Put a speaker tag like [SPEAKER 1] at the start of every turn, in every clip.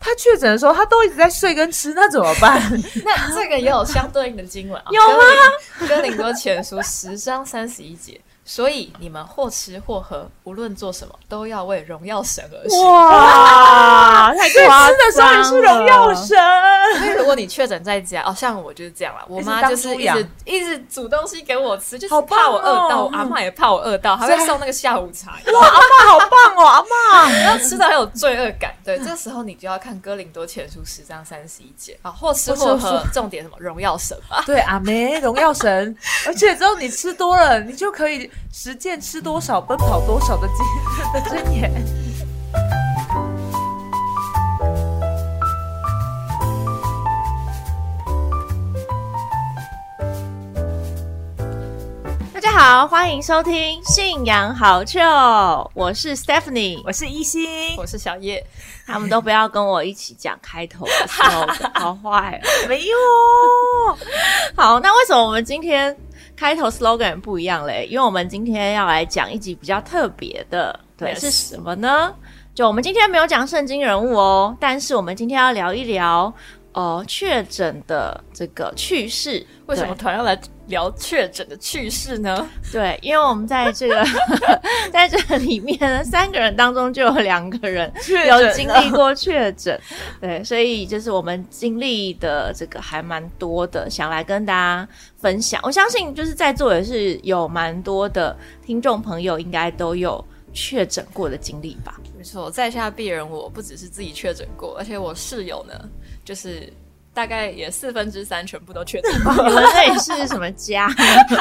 [SPEAKER 1] 他确诊的时候，他都一直在睡跟吃，那怎么 办？
[SPEAKER 2] 那这个也 有相对应的经文啊，
[SPEAKER 1] 有吗？
[SPEAKER 2] 哥林多前书十章三十一节，所以你们或吃或喝，无论做什么，都要为荣耀神而活。
[SPEAKER 3] 哇，太
[SPEAKER 1] 所以
[SPEAKER 3] 夸
[SPEAKER 1] 吃的时候也是荣耀神。
[SPEAKER 2] 所以如果你确诊在家，哦，像我就是这 样啦，我妈就是
[SPEAKER 1] 一
[SPEAKER 2] 一
[SPEAKER 1] 直当猪
[SPEAKER 2] 直一直煮东西给我吃，就是
[SPEAKER 1] 好棒
[SPEAKER 2] 怕我饿到，
[SPEAKER 1] 哦
[SPEAKER 2] 我阿妈也怕我饿到，还
[SPEAKER 1] 所以
[SPEAKER 2] 会送那个下午 茶。
[SPEAKER 1] 哇，阿妈好棒哦，阿妈。
[SPEAKER 2] 然后吃的很有罪恶感，对，这时候你就要看哥林多前书十章三十一节啊，或吃或
[SPEAKER 1] 或吃或
[SPEAKER 2] 喝，重点什么荣耀神吧。
[SPEAKER 1] 对，阿梅荣耀神，而且之后你吃多了，你就可以实践吃多少奔跑多少的经的尊严。
[SPEAKER 3] 大家好，欢迎收听《信仰好旧》，我是 Stephanie，
[SPEAKER 1] 我是一心，
[SPEAKER 2] 我是小叶，
[SPEAKER 3] 他们都不要跟我一起讲开头的时候，好坏、哦。
[SPEAKER 1] 没有，
[SPEAKER 3] 好，那为什么我们今天开头 slogan 不一样嘞？因为我们今天要来讲一集比较特别的，对
[SPEAKER 2] Yes
[SPEAKER 3] 是什么呢？就我们今天没有讲圣经人物哦，但是我们今天要聊一聊呃确诊的这个趣事。
[SPEAKER 2] 为什么突然要来聊确诊的趣事呢？
[SPEAKER 3] 对，因为我们在这个 在这里面呢，三个人当中就有两个人
[SPEAKER 1] 确
[SPEAKER 3] 有
[SPEAKER 1] 诊
[SPEAKER 3] 经
[SPEAKER 1] 了
[SPEAKER 3] 历过确诊，对，所以就是我们经历的这个还蛮多的，想来跟大家分享。我相信就是在座也是有蛮多的听众朋友，应该都有确诊过的经历吧？
[SPEAKER 2] 没错，在下鄙人我不只是自己确诊过，而且我室友呢，就是大概也四分之三全部都确诊 过。
[SPEAKER 3] 哦你们这里是什么家？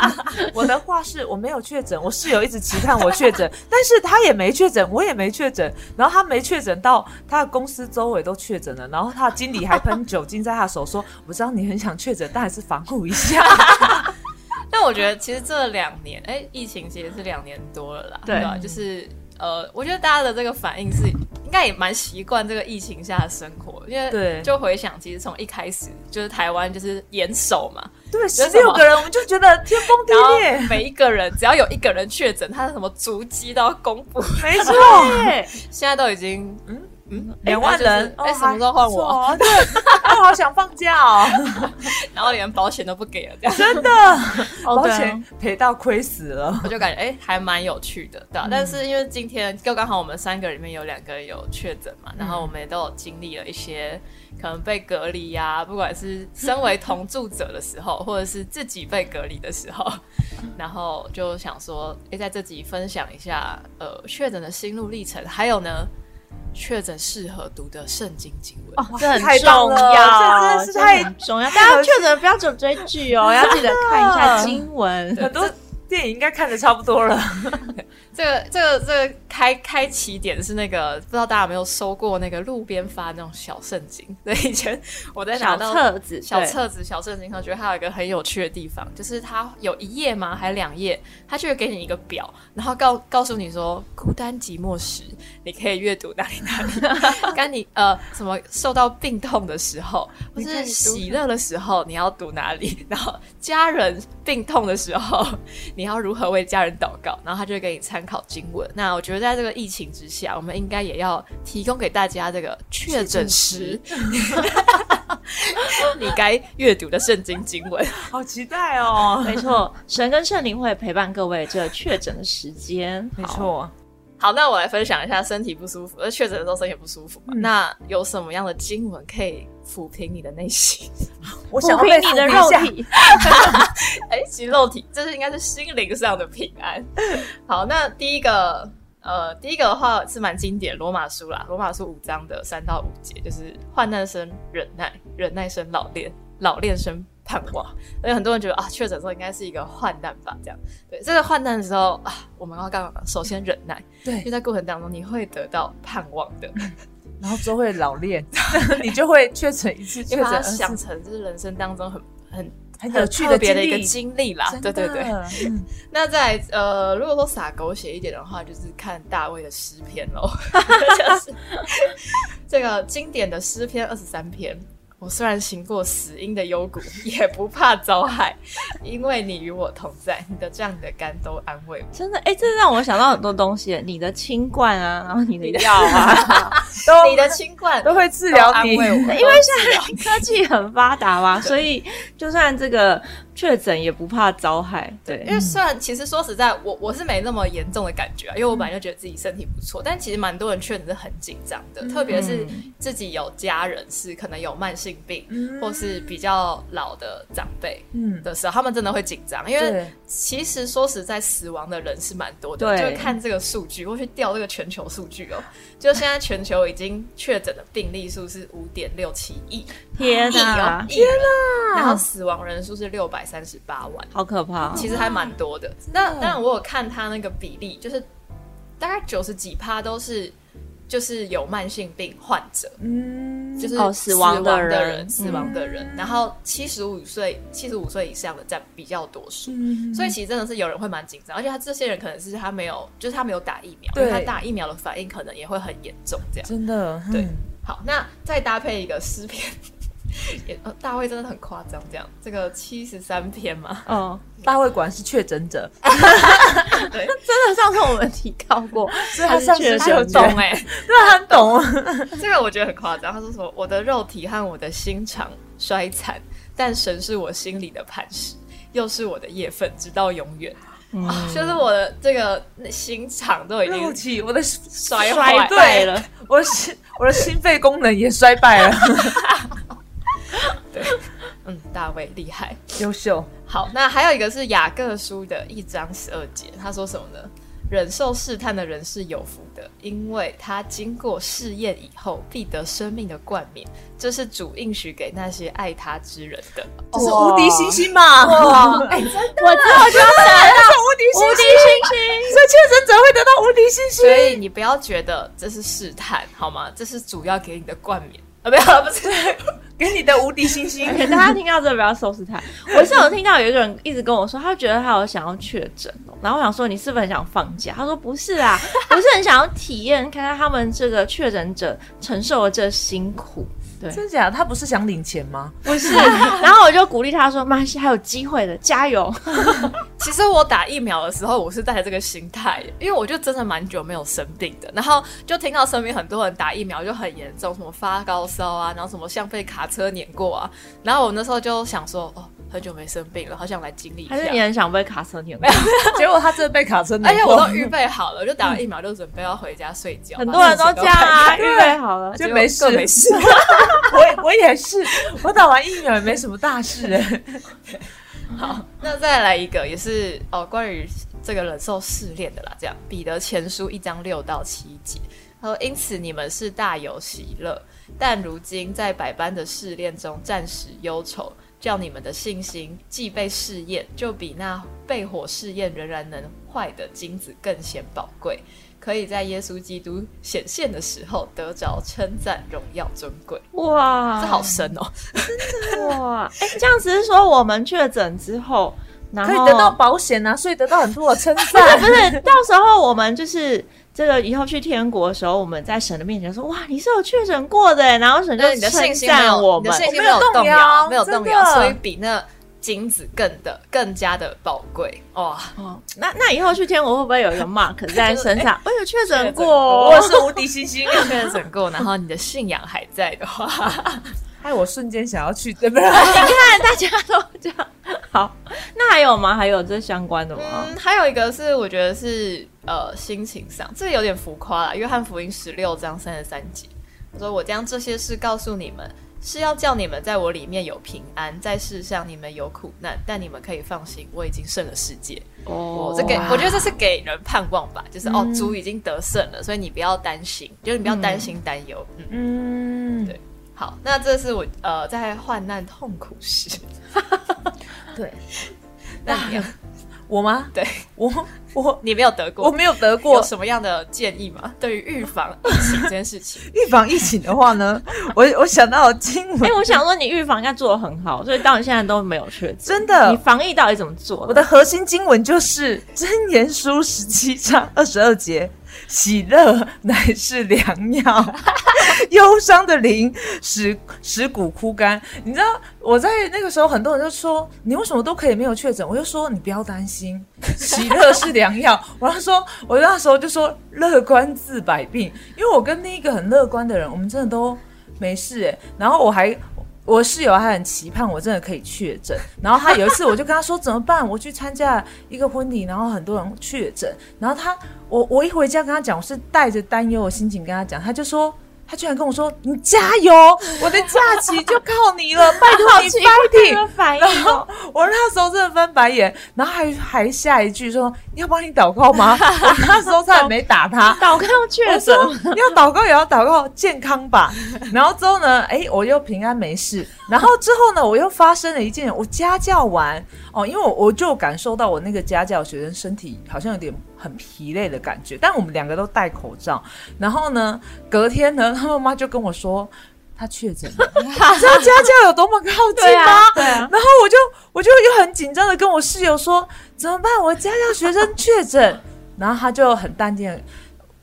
[SPEAKER 1] 我的话是我没有确诊，我室友一直期盼我确诊，但是他也没确诊，我也没确诊，然后他没确诊到他的公司周围都确诊了，然后他的经理还喷酒精在他手说，我知道你很想确诊，但还是防护一下。
[SPEAKER 2] 但我觉得其实这两年，哎、疫情其实是两年多了啦，
[SPEAKER 3] 对
[SPEAKER 2] 吧？就是呃，我觉得大家的这个反应是应该也蛮习惯这个疫情下的生活，因为
[SPEAKER 1] 对
[SPEAKER 2] 就回想其实从一开始就是台湾就是严守嘛，
[SPEAKER 1] 对，十
[SPEAKER 2] 什
[SPEAKER 1] 六
[SPEAKER 2] 么
[SPEAKER 1] 个人我们就觉得天崩地
[SPEAKER 2] 然后
[SPEAKER 1] 裂，
[SPEAKER 2] 每一个人只要有一个人确诊，他的什么足迹都要公布，
[SPEAKER 1] 没错，
[SPEAKER 3] 对，
[SPEAKER 2] 现在都已经
[SPEAKER 1] 嗯
[SPEAKER 2] 嗯嗯
[SPEAKER 1] 两万人，
[SPEAKER 2] 哎、
[SPEAKER 1] 哦
[SPEAKER 2] 什么时候换我？？
[SPEAKER 1] 还不错哦对，哎我好想放假哦，
[SPEAKER 2] 然后连保险都不给了，这样
[SPEAKER 1] 真的，
[SPEAKER 3] 哦
[SPEAKER 1] 保
[SPEAKER 3] 对啊
[SPEAKER 1] 险赔到亏死了。
[SPEAKER 2] 我就感觉哎、还蛮有趣的，对、啊但是因为今天就刚好我们三个里面有两个有确诊嘛，然后我们也都有经历了一些可能被隔离呀、不管是身为同住者的时候，或者是自己被隔离的时候，然后就想说，哎、在这集分享一下呃确诊的心路历程，还有呢。确诊适合读的圣经经文，
[SPEAKER 3] 哦，这很
[SPEAKER 1] 太棒
[SPEAKER 3] 重要，
[SPEAKER 1] 了这真的是太
[SPEAKER 3] 很重要。大家确诊的标准追 剧哦，要记得看一下经文。
[SPEAKER 1] 很多电影应该看的差不多了，
[SPEAKER 2] 这个这个这个开开启点是那个，不知道大家有没有收过那个路边发那种小圣经？ 对，以前我在拿
[SPEAKER 3] 小
[SPEAKER 2] 到
[SPEAKER 3] 册子，
[SPEAKER 2] 小
[SPEAKER 3] 对
[SPEAKER 2] 册子、小圣经上，我觉得它有一个很有趣的地方，就是它有一页吗？还两页？它就会给你一个表，然后告告诉你说，孤单寂寞时，你可以阅读哪里哪 里。跟你呃什么受到病痛的时候，或
[SPEAKER 1] 你可以
[SPEAKER 2] 是
[SPEAKER 1] 读
[SPEAKER 2] 喜乐的时候，你要读哪里？然后家人病痛的时候， 你要如何为家人祷告？然后他就会给你参考经文。那我觉得在这个疫情之下，我们应该也要提供给大家这个确诊时 你该阅读的圣经经文。
[SPEAKER 1] 好期待哦。
[SPEAKER 3] 没错，神跟圣灵会陪伴各位这确诊的时间。
[SPEAKER 1] 没
[SPEAKER 3] 好，
[SPEAKER 1] 错，
[SPEAKER 2] 好，那我来分享一下身体不舒服，呃，确诊的时候身体不舒服嘛。
[SPEAKER 1] 嗯
[SPEAKER 2] 那有什么样的经文可以抚平你的内心？
[SPEAKER 1] 我
[SPEAKER 3] 抚
[SPEAKER 1] 想要
[SPEAKER 3] 平
[SPEAKER 1] 被
[SPEAKER 3] 你的
[SPEAKER 1] 抚
[SPEAKER 3] 肉
[SPEAKER 1] 一下
[SPEAKER 3] 体，
[SPEAKER 2] 哎、其实肉体，这是应该是心灵上的平 安。好，那第一个，呃，第一个的话是蛮经典，罗马书啦，罗马书五章的三到五节，就是患难生忍耐，忍耐生老练，老练生盼望。而且很多人觉得啊，确诊之后应该是一个患难吧，这样。对，这个患难的时候啊，我们要干嘛？首先忍 耐，因为
[SPEAKER 1] 对，
[SPEAKER 2] 在过程当中你会得到盼望的。
[SPEAKER 1] 然后就会老练， 你就会确诊一次，
[SPEAKER 2] 就
[SPEAKER 1] 确诊
[SPEAKER 2] 把它
[SPEAKER 1] 二次
[SPEAKER 2] 想，成就是人生当中很很
[SPEAKER 1] 很有
[SPEAKER 2] 很
[SPEAKER 1] 趣
[SPEAKER 2] 特别
[SPEAKER 1] 经
[SPEAKER 2] 的一个
[SPEAKER 1] 历，
[SPEAKER 2] 经历啦。对
[SPEAKER 1] 真
[SPEAKER 2] 对
[SPEAKER 1] 的
[SPEAKER 2] 对。
[SPEAKER 1] 嗯
[SPEAKER 2] 那再来呃，如果说洒狗血一点的话，就是看大卫的诗篇喽，就是这个经典的诗篇二十三篇。我虽然行过死荫的幽谷，也不怕遭害，因为你与我同在。你的这样的肝都安慰我。
[SPEAKER 3] 真的，哎、这让我想到很多东西，你的清冠啊，然后你的
[SPEAKER 2] 你的药啊，
[SPEAKER 1] 都
[SPEAKER 2] 你的清冠
[SPEAKER 1] 哦都会治
[SPEAKER 2] 都
[SPEAKER 1] 疗
[SPEAKER 2] 安
[SPEAKER 1] 你。
[SPEAKER 2] 慰我，
[SPEAKER 3] 因为
[SPEAKER 2] 现在
[SPEAKER 3] 科技很发达嘛，所以就算这个确诊也不怕遭害。对，
[SPEAKER 2] 因为虽然其实说实在，我我是没那么严重的感觉啊，因为我本来就觉得自己身体不错，但其实蛮多人确诊是很紧张的，特别是自己有家人是可能有慢性病、
[SPEAKER 1] 嗯
[SPEAKER 2] 或是比较老的长辈
[SPEAKER 1] 嗯，
[SPEAKER 2] 的时候，他们真的会紧张，因为
[SPEAKER 1] 对，
[SPEAKER 2] 其实说实在，死亡的人是蛮多的，
[SPEAKER 3] 对
[SPEAKER 2] 就是看这个数据，或去调这个全球数据哦，就现在全球已经确诊的病例数是五点六七亿，
[SPEAKER 3] 天
[SPEAKER 2] 亿哦
[SPEAKER 3] 啊哪，，
[SPEAKER 2] 天哪，然后死亡人数是六百三十八万。
[SPEAKER 3] 好可怕！
[SPEAKER 2] 其实还蛮多的。那当然，我有看他那个比例，就是大概九十几趴都是就是有慢性病患者，
[SPEAKER 1] 嗯，
[SPEAKER 2] 就是
[SPEAKER 3] 哦死
[SPEAKER 2] 死
[SPEAKER 3] 亡的
[SPEAKER 2] 的
[SPEAKER 3] 人
[SPEAKER 2] 死亡的人。然后七十五岁、七十五岁以上的占比较多数。
[SPEAKER 1] 嗯
[SPEAKER 2] 所以其实真的是有人会蛮紧张，而且他这些人可能是他没有，就是他没有打疫苗，因
[SPEAKER 1] 对
[SPEAKER 2] 为他打疫苗的反应可能也会很严重这样。
[SPEAKER 1] 真的
[SPEAKER 2] 对
[SPEAKER 1] 嗯
[SPEAKER 2] 好，那再搭配一个诗篇，也呃大卫真的很夸张，这样这个七十三篇嘛，
[SPEAKER 3] 哦，
[SPEAKER 1] 大卫果然是确诊者，
[SPEAKER 3] 真的，上次我们提到过，
[SPEAKER 1] 所以
[SPEAKER 3] 他
[SPEAKER 1] 他
[SPEAKER 3] 是
[SPEAKER 1] 上次
[SPEAKER 3] 确
[SPEAKER 1] 就
[SPEAKER 3] 诊
[SPEAKER 1] 懂
[SPEAKER 3] 者
[SPEAKER 2] 懂
[SPEAKER 1] 哎，
[SPEAKER 2] 哎、
[SPEAKER 1] 对，他很懂啊。
[SPEAKER 2] 这个我觉得很夸张。他说什么？我的肉体和我的心肠衰残，但神是我心里的磐石，又是我的业分，直到永远。
[SPEAKER 3] 嗯
[SPEAKER 2] 啊 就是我的这个心肠都已
[SPEAKER 1] 肉
[SPEAKER 2] 经
[SPEAKER 1] 体，我的
[SPEAKER 2] 衰
[SPEAKER 3] 衰
[SPEAKER 2] 坏
[SPEAKER 3] 败了，
[SPEAKER 1] 我的心我的心肺功能也衰败了，
[SPEAKER 2] 嗯，大卫厉害。
[SPEAKER 1] 优秀。
[SPEAKER 2] 好，那还有一个是雅各书的一章十二节，他说什么呢？忍受试探的人是有福的，因为他经过试验以后，必得生命的冠冕。这是主应许给那些爱他之人的。
[SPEAKER 1] 这是无敌星星嘛？
[SPEAKER 3] 哇
[SPEAKER 1] 哎，这是
[SPEAKER 3] 我知道就要打
[SPEAKER 1] 无敌星
[SPEAKER 3] 啊无敌
[SPEAKER 1] 星，
[SPEAKER 3] 星星。
[SPEAKER 1] 所以确诊者会得到无敌星星
[SPEAKER 2] 所。以你不要觉得这是试探，好吗？这是主要给你的冠冕啊，没有啦，不是。
[SPEAKER 1] 给你的无敌星 星，
[SPEAKER 3] 大家听到这个不要收拾 他。我是有听到有一个人一直跟我说，他觉得他有想要确诊哦，然后我想说你是不是很想放假？他说不是 啊，我是很想要体验看看他们这个确诊者承受的这辛 苦。对，
[SPEAKER 1] 真假？他不是想领钱 吗？
[SPEAKER 3] 不是。然后我就鼓励他说，马西还有机会的，加油。
[SPEAKER 2] 其实我打疫苗的时候，我是带着这个心态，因为我就真的蛮久没有生病的，然后就听到身边很多人打疫苗就很严重，什么发高烧啊，然后什么像被卡车碾过啊，然后我那时候就想说，哦，很久没生病了，好想来经历一下
[SPEAKER 3] 还。是你很想被卡车碾过？
[SPEAKER 1] 结果他真的被卡车
[SPEAKER 2] 而
[SPEAKER 1] 碾
[SPEAKER 2] 且
[SPEAKER 1] 过，
[SPEAKER 2] 哎 我都预备好了，就打完疫苗就准备要回家睡觉。
[SPEAKER 3] 很多人都这样啊，预备好了。
[SPEAKER 1] 就没事
[SPEAKER 2] 结果更没事。
[SPEAKER 1] 我也我也是，我打完疫苗也没什么大事哎。
[SPEAKER 2] 好，那再来一个，也是哦，关于这个忍受试炼的啦。这样，彼得前书一章六到七节，他说：“因此你们是大有喜乐，但如今在百般的试炼中暂时忧愁，叫你们的信心既被试验，就比那被火试验仍然能坏的金子更显宝贵，可以在耶稣基督显现的时候得着称赞、荣耀、尊贵。”
[SPEAKER 3] 哇，
[SPEAKER 2] 这好深哦！
[SPEAKER 3] 哇！哎、这样子是说我们确诊之后，然
[SPEAKER 1] 可
[SPEAKER 3] 后
[SPEAKER 1] 以得到保险啊，所以得到很多的称
[SPEAKER 3] 不是
[SPEAKER 1] 赞。
[SPEAKER 3] 不是，到时候我们就是这个以后去天国的时候，我们在神的面前说：“哇，你是有确诊过的。”然后神
[SPEAKER 2] 就
[SPEAKER 3] 就是
[SPEAKER 2] 你的
[SPEAKER 3] 称
[SPEAKER 2] 信心没有，
[SPEAKER 3] 赞我
[SPEAKER 2] 你
[SPEAKER 3] 们
[SPEAKER 2] 的。信心
[SPEAKER 1] 我
[SPEAKER 2] 没
[SPEAKER 1] 没有
[SPEAKER 2] 有
[SPEAKER 1] 动
[SPEAKER 2] 动
[SPEAKER 1] 摇
[SPEAKER 2] 摇，没有
[SPEAKER 1] 真
[SPEAKER 2] 动摇，
[SPEAKER 1] 的
[SPEAKER 2] 所以比那金子更的更加的宝贵哇！
[SPEAKER 3] 哦那那以后去天国会不会有一个 mark 在身上？ 我有确诊过
[SPEAKER 1] 我
[SPEAKER 3] 哦，
[SPEAKER 1] 是无敌星 星，
[SPEAKER 2] 确诊过，然后你的信仰还在的话，
[SPEAKER 1] 害哎我瞬间想要去，对不对？
[SPEAKER 3] 看大家都这样。好，那还有吗？还有这相关的吗？
[SPEAKER 2] 嗯，还有一个是我觉得是呃心情上，这个有点浮夸啦，《约翰福音》十六章三十三节，他说：“我将这些事告诉你们。”是要叫你们在我里面有平安，在世上你们有苦难，但你们可以放心，我已经胜了世界。
[SPEAKER 3] 哦
[SPEAKER 2] 我这给
[SPEAKER 1] 哇
[SPEAKER 2] 我觉得这是给人盼望吧，就是、
[SPEAKER 1] 嗯
[SPEAKER 2] 哦，主已经得胜了，所以你不要担心，就是你不要担心担忧。嗯，
[SPEAKER 1] 嗯，
[SPEAKER 2] 对好，那这是我呃在患难痛 苦时，
[SPEAKER 1] 对，
[SPEAKER 2] 那你有
[SPEAKER 1] 我吗？
[SPEAKER 2] 对
[SPEAKER 1] 我我
[SPEAKER 2] 你没有得过，
[SPEAKER 1] 我没有得
[SPEAKER 2] 有
[SPEAKER 1] 过
[SPEAKER 2] 什么样的建议吗？对于预防疫情这件事情，
[SPEAKER 1] 预防疫情的话呢，我我想到经
[SPEAKER 3] 哎、
[SPEAKER 1] 文，
[SPEAKER 3] 我想说你预防应该做的很好，所以到你现在都没有确诊。
[SPEAKER 1] 真的
[SPEAKER 3] 你防疫到底怎么做？
[SPEAKER 1] 我的核心经文就是《真言书》十七章二十二节：喜乐乃是良药，忧伤的灵使使骨枯干。你知道我在那个时候，很多人就说你为什么都可以没有确诊，我就说你不要担心，喜乐是良药。我要说，我那时候就说乐观治百病，因为我跟另一个很乐观的人，我们真的都没事、欸。然后我还。我室友还很期盼我真的可以确诊，然后他有一次我就跟他说怎么办？我去参加一个婚礼，然后很多人确诊，然后他我我一回家跟他讲，我是带着担忧的心情跟他讲，他就说他居然跟我说你加油，我的假期就靠你了，拜托你
[SPEAKER 3] 啊
[SPEAKER 1] fighting。
[SPEAKER 3] 反应
[SPEAKER 1] 然后我那时候真的翻白眼，然后还还下一句说要帮你祷告吗？我那时候差点没打他。
[SPEAKER 3] 祷告确
[SPEAKER 1] 我
[SPEAKER 3] 诊
[SPEAKER 1] 说，要祷告也要祷告健康 吧。然后之后呢，哎、我又平安没事。然后之后呢，我又发生了一件，我家教完哦，因为我我就感受到我那个家教学生身体好像有点很疲累的感觉，但我们两个都戴口罩。然后呢，隔天呢，他妈妈就跟我说。他确诊了，你知道家教有多么靠近
[SPEAKER 3] 对
[SPEAKER 1] 吗？
[SPEAKER 3] 啊，对啊，
[SPEAKER 1] 然后我就我就又很紧张的跟我室友说怎么办？我家教学生确诊， 然后他就很淡定地，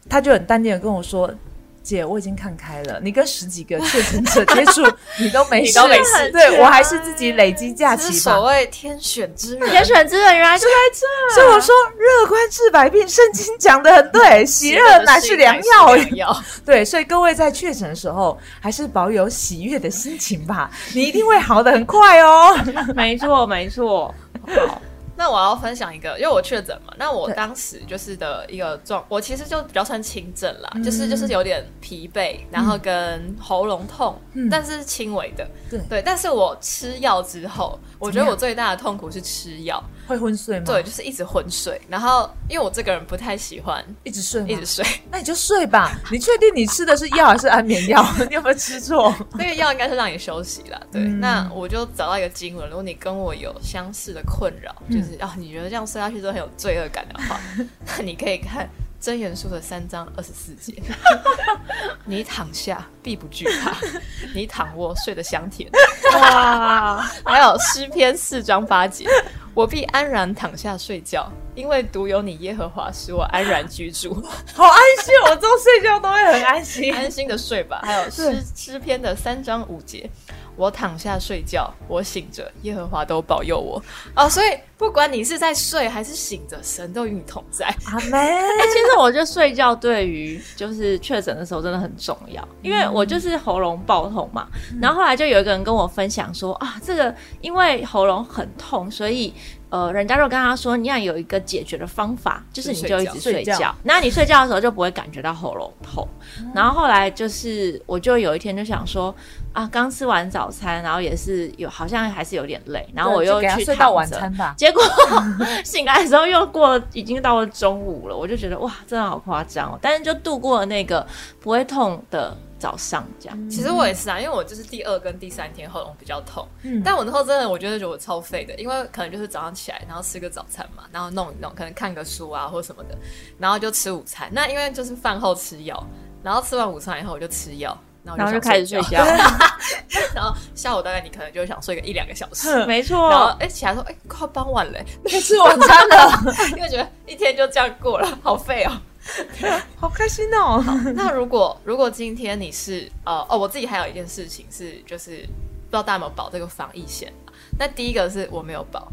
[SPEAKER 1] 他就很淡定的跟我说。姐，我已经看开了。你跟十几个确诊者接触，你都没
[SPEAKER 2] 你
[SPEAKER 1] 事，
[SPEAKER 2] 都没事
[SPEAKER 1] 对我还是自己累积 假
[SPEAKER 2] 是
[SPEAKER 1] 期吧
[SPEAKER 2] 所。谓天选之人，
[SPEAKER 3] 人选之人原来就在这，
[SPEAKER 1] 所以我说，乐观治百病，圣经讲的很对，喜乐乃是良药。
[SPEAKER 2] 良药。
[SPEAKER 1] 对，所以各位在确诊的时候，还是保有喜悦的心情吧， 你一定会好的很快哦。
[SPEAKER 3] 没错没错，
[SPEAKER 2] 那我要分享一个，因为我确诊嘛，那我
[SPEAKER 1] 对
[SPEAKER 2] 当时就是的一个状，我其实就比较算轻症啦，
[SPEAKER 1] 嗯
[SPEAKER 2] 就是就是有点疲惫，然后跟喉咙痛，
[SPEAKER 1] 嗯
[SPEAKER 2] 但是是轻微的。
[SPEAKER 1] 对
[SPEAKER 2] 对，但是我吃药之后，我觉
[SPEAKER 1] 怎么样嗯
[SPEAKER 2] 得我最大的痛苦是吃药，
[SPEAKER 1] 会昏睡吗？
[SPEAKER 2] 对，，就是一直昏睡。然后因为我这个人不太喜欢
[SPEAKER 1] 一直睡吗，
[SPEAKER 2] 一直睡，
[SPEAKER 1] 那你就睡吧。你确定你吃的是药还是安眠药？ 你有没有吃错？
[SPEAKER 2] 那个药应该是让你休息啦，对。
[SPEAKER 1] 嗯
[SPEAKER 2] 那我就找到一个经文，如果你跟我有相似的困扰，就是啊，你觉得这样睡下去都很有罪恶感的话， 那你可以看《真言书》的三章二十四节： 你躺下必不惧怕，你躺卧睡得香甜。
[SPEAKER 3] 哇，
[SPEAKER 2] 还有诗篇四章八节：我必安然躺下睡觉，因为独有你耶和华使我安然居住。
[SPEAKER 1] 好安心，哦我之后睡觉都会很安心。
[SPEAKER 2] 安心的睡吧。还有诗
[SPEAKER 1] 对
[SPEAKER 2] 诗篇的三章五节，我躺下睡觉，我醒着，耶和华都保佑我哦。所以不管你是在睡还是醒着，神都与你同在。
[SPEAKER 1] 阿门。
[SPEAKER 3] 哎其实我觉得睡觉对于就是确诊的时候真的很重要，因为我就是喉咙爆痛嘛，
[SPEAKER 1] 嗯
[SPEAKER 3] 然后后来就有一个人跟我分享说啊，这个因为喉咙很痛，所以呃，人家就跟他说，你要有一个解决的方法，就是你就一直
[SPEAKER 2] 就
[SPEAKER 1] 睡觉
[SPEAKER 2] 是
[SPEAKER 3] 睡
[SPEAKER 1] 睡
[SPEAKER 3] 觉
[SPEAKER 1] 觉，嗯
[SPEAKER 3] 那你睡觉的时候就不会感觉到喉咙痛。然后后来就是我就有一天就想说啊，刚吃完早餐，然后也是有好像还是有点累，然后我又
[SPEAKER 1] 就给他
[SPEAKER 3] 去
[SPEAKER 1] 睡到
[SPEAKER 3] 躺
[SPEAKER 1] 晚
[SPEAKER 3] 着
[SPEAKER 1] 餐吧。
[SPEAKER 3] 结果 醒来的时候又过了，已经到了中午了，我就觉得哇，真的好夸张哦！但是就度过了那个不会痛的早上，这样。
[SPEAKER 2] 其实我也是啊，因为我就是第二跟第三天喉咙比较痛，
[SPEAKER 1] 嗯
[SPEAKER 2] 但我那时候真的我觉得觉得我超废的，因为可能就是早上起来，然后吃个早餐嘛，然后弄一弄，可能看个书啊或什么的，然后就吃午餐。那因为就是饭后吃药，然后吃完午餐以后我就吃药，然后
[SPEAKER 3] 然
[SPEAKER 2] 我
[SPEAKER 3] 后
[SPEAKER 2] 就
[SPEAKER 3] 就
[SPEAKER 2] 想
[SPEAKER 3] 开始睡觉，
[SPEAKER 2] 然后下午大概你可能就想睡个一两个小时，
[SPEAKER 1] 哼
[SPEAKER 3] 没
[SPEAKER 2] 然后
[SPEAKER 3] 错，
[SPEAKER 2] 哎、起来说哎、快傍晚 嘞、
[SPEAKER 1] 吃晚餐了，
[SPEAKER 2] 因为觉得一天就这样过了，好废哦。
[SPEAKER 1] 好开心哦。
[SPEAKER 2] 那如果如果今天你是呃哦，我自己还有一件事情是，就是不知道大家有没有保这个防疫险啊？那第一个是我没有 保，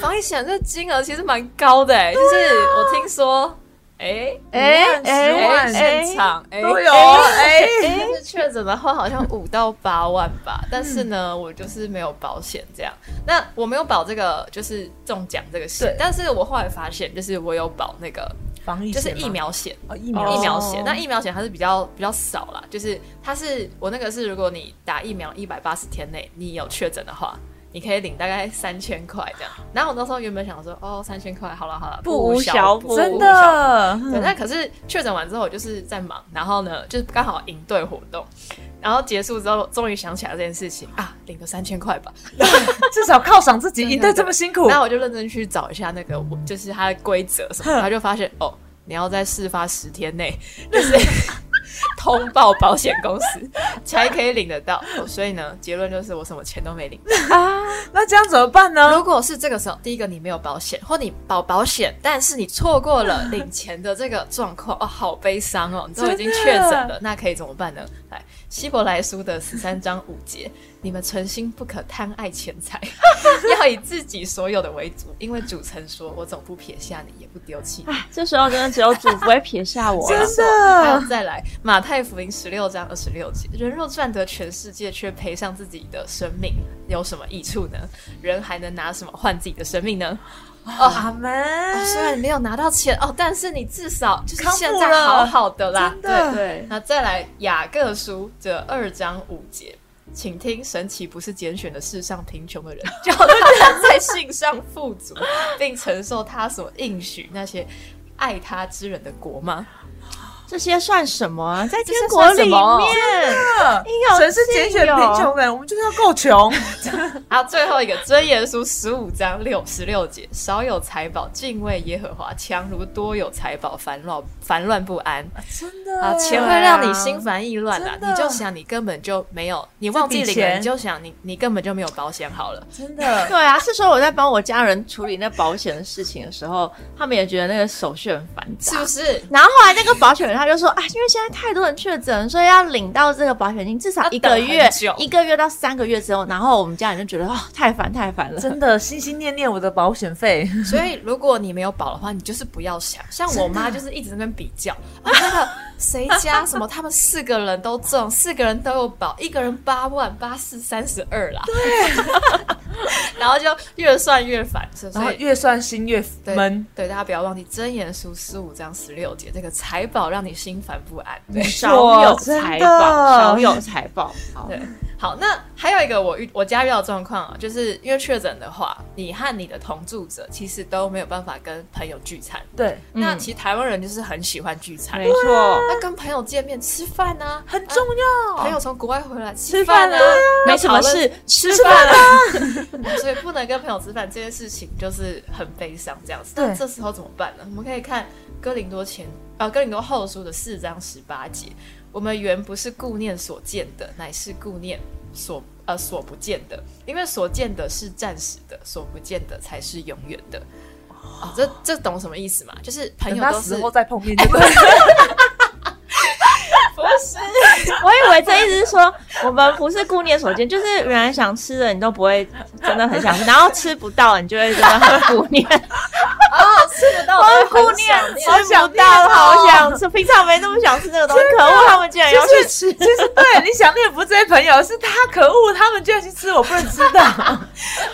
[SPEAKER 2] 防疫险这金额其实蛮高的哎、就是我听说哎
[SPEAKER 1] 哎
[SPEAKER 2] 哎、
[SPEAKER 1] 哎万
[SPEAKER 2] 现场哎、
[SPEAKER 1] 都有哎，
[SPEAKER 2] 但是确诊的话好像五到八万吧，
[SPEAKER 1] 嗯
[SPEAKER 2] 但是呢，我就是没有保险这样。那我没有保这个就是中奖这个险
[SPEAKER 1] 对，
[SPEAKER 2] 但是我后来发现，就是我有保那个
[SPEAKER 1] 防疫
[SPEAKER 2] 就是
[SPEAKER 1] 险吗
[SPEAKER 2] 疫苗险，
[SPEAKER 1] 哦，疫
[SPEAKER 3] 哦
[SPEAKER 2] 疫
[SPEAKER 1] 苗
[SPEAKER 2] 苗险。那疫苗险它是比较比较少啦，就是它是我那个是，如果你打疫苗一百八十天内你有确诊的话。你可以领大概三千块这样，然后我那时候原本想说，哦，三千块，好了好了，
[SPEAKER 3] 不
[SPEAKER 2] 不
[SPEAKER 3] 无小补
[SPEAKER 1] 真
[SPEAKER 2] 不无小补
[SPEAKER 1] 的嗯
[SPEAKER 2] 对，但可是确诊完之后，我就是在忙，然后呢，就是刚好营队活动，然后结束之后，终于想起来这件事情啊，领个三千块吧，
[SPEAKER 1] 至少犒赏自己，
[SPEAKER 2] 对对
[SPEAKER 1] 应对这么辛苦
[SPEAKER 2] 然，后我就认真去找一下那个，我 就是它的规则什么，然后就发现哦，你要在事发十天内，就是通报保险公司才可以领得到。哦所以呢，结论就是我什么钱都没领。
[SPEAKER 1] 那这样怎么办呢？
[SPEAKER 2] 如果是这个时候，第一个你没有保险，或你保保险，但是你错过了领钱的这个状况，哦，好悲伤哦！你都已经确诊
[SPEAKER 1] 真
[SPEAKER 2] 了，那可以怎么办呢？来，希伯来书的十三章五节，你们存心不可贪爱钱财， 要以自己所有的为主，因为主曾说：“我总不撇下你，也不丢弃你。”
[SPEAKER 3] 这时候真的只有主不会撇下我 了。
[SPEAKER 1] 真
[SPEAKER 2] 还有
[SPEAKER 1] 的，
[SPEAKER 2] 再来，《马太福音》十六章二十六节：人若赚得全世界，却赔上自己的生命，有什么益处呢？人还能拿什么换自己的生命呢？
[SPEAKER 1] 阿
[SPEAKER 2] 哦、虽
[SPEAKER 1] 门，
[SPEAKER 2] 然没有拿到钱哦，但是你至少就是
[SPEAKER 1] 康复
[SPEAKER 2] 现在
[SPEAKER 1] 了
[SPEAKER 2] 好好的啦。
[SPEAKER 1] 真的
[SPEAKER 3] 对，
[SPEAKER 2] 那再来《雅各书》这二章五节，请听：神奇不是拣选的世上贫穷的人，叫他在信上富足，并承受他所应许那些爱他之人的国吗？
[SPEAKER 3] 这些算什么啊？在
[SPEAKER 2] 这
[SPEAKER 3] 天
[SPEAKER 2] 些
[SPEAKER 3] 国
[SPEAKER 2] 算什
[SPEAKER 3] 里
[SPEAKER 2] 么
[SPEAKER 3] 面，应有
[SPEAKER 1] 神是
[SPEAKER 3] 自
[SPEAKER 1] 拣选
[SPEAKER 3] 由
[SPEAKER 1] 贫穷人，我们就是要够穷。
[SPEAKER 2] 好，最后一个《箴言书》十五章六十六节：少有财宝，敬畏耶和华，强如多有财宝，烦乱烦乱不安。
[SPEAKER 1] 真的
[SPEAKER 2] 啊，钱会
[SPEAKER 3] 对
[SPEAKER 2] 让你
[SPEAKER 3] 啊
[SPEAKER 2] 心烦意乱啦，
[SPEAKER 1] 真的
[SPEAKER 2] 你就想你根本就没有，你忘记
[SPEAKER 1] 这笔
[SPEAKER 2] 领了，
[SPEAKER 1] 钱
[SPEAKER 2] 你就想你你根本就没有保险好了。
[SPEAKER 1] 真的
[SPEAKER 3] 对啊，是说我在帮我家人处理那保险的事情的时候，他们也觉得那个手续很繁
[SPEAKER 2] 是
[SPEAKER 3] 杂
[SPEAKER 2] 不。是？
[SPEAKER 3] 然后后来那个保险人他就说啊，因为现在太多人确诊，所以要领到这个保险金至少一个
[SPEAKER 2] 要等
[SPEAKER 3] 月
[SPEAKER 2] 很久，
[SPEAKER 3] 一个月到三个月之后。然后我们家人就觉得哦，太烦太烦了。
[SPEAKER 1] 真的心心念念我的保险费，
[SPEAKER 2] 所以如果你没有保的话，你就是不要想。像我妈就是一直在那边比较，啊，那个谁家什么，他们四个人都中，四个人都有保，一个人八万八四三十二啦。对， 然后就越算越烦，所以
[SPEAKER 1] 然后越算心越
[SPEAKER 2] 对
[SPEAKER 1] 闷。
[SPEAKER 2] 对，大家不要忘记《真言书》十五章十六节，这个财宝让你心烦不安。对。
[SPEAKER 3] 少有
[SPEAKER 1] 真的
[SPEAKER 3] 财宝，少有财宝。好
[SPEAKER 2] 对，好，那还有一个我遇我家遇到的状况啊，就是因为确诊的话，你和你的同住者其实都没有办法跟朋友聚餐。
[SPEAKER 1] 对，
[SPEAKER 2] 那
[SPEAKER 3] 嗯
[SPEAKER 2] 其实台湾人就是很喜欢聚餐
[SPEAKER 3] 没，错，
[SPEAKER 2] 那跟朋友见面吃饭啊，
[SPEAKER 1] 很重要。
[SPEAKER 2] 啊朋友从国外回来吃
[SPEAKER 1] 哦吃饭
[SPEAKER 2] 饭啊
[SPEAKER 1] 对啊，
[SPEAKER 3] 没什么
[SPEAKER 2] 讨论
[SPEAKER 3] 事，吃
[SPEAKER 2] 吃
[SPEAKER 3] 饭
[SPEAKER 2] 饭啊，所以不能跟朋友吃饭这件事情就是很悲伤这样子。
[SPEAKER 1] 对
[SPEAKER 2] 那这时候怎么办呢？我们可以看哥林多前呃哥林多后书的四章十八节，我们原不是顾念所见的，乃是顾念所呃所不见的，因为所见的是暂时的，所不见的才是永远的。啊、这这懂什么意思吗？就是朋
[SPEAKER 1] 哦等
[SPEAKER 2] 友
[SPEAKER 1] 他
[SPEAKER 2] 都
[SPEAKER 1] 死
[SPEAKER 2] 是哦
[SPEAKER 1] 后 再碰面就对
[SPEAKER 2] 不是
[SPEAKER 3] 我以为这意思是说，我们不是顾念所 见，就是原来想吃的你都不会真的很想吃，然后吃不到你就会真的很 顾念，
[SPEAKER 2] 哦，吃 不到
[SPEAKER 3] 好
[SPEAKER 2] 的
[SPEAKER 3] 顾
[SPEAKER 2] 很
[SPEAKER 3] 念
[SPEAKER 2] 想，念。
[SPEAKER 3] 好想到，好想吃，平常没那么想吃这个东西，可恶，他们竟然哎要去吃。
[SPEAKER 1] 其实对你想念不是这些朋友，是他可恶，他们居然去吃我不能吃的。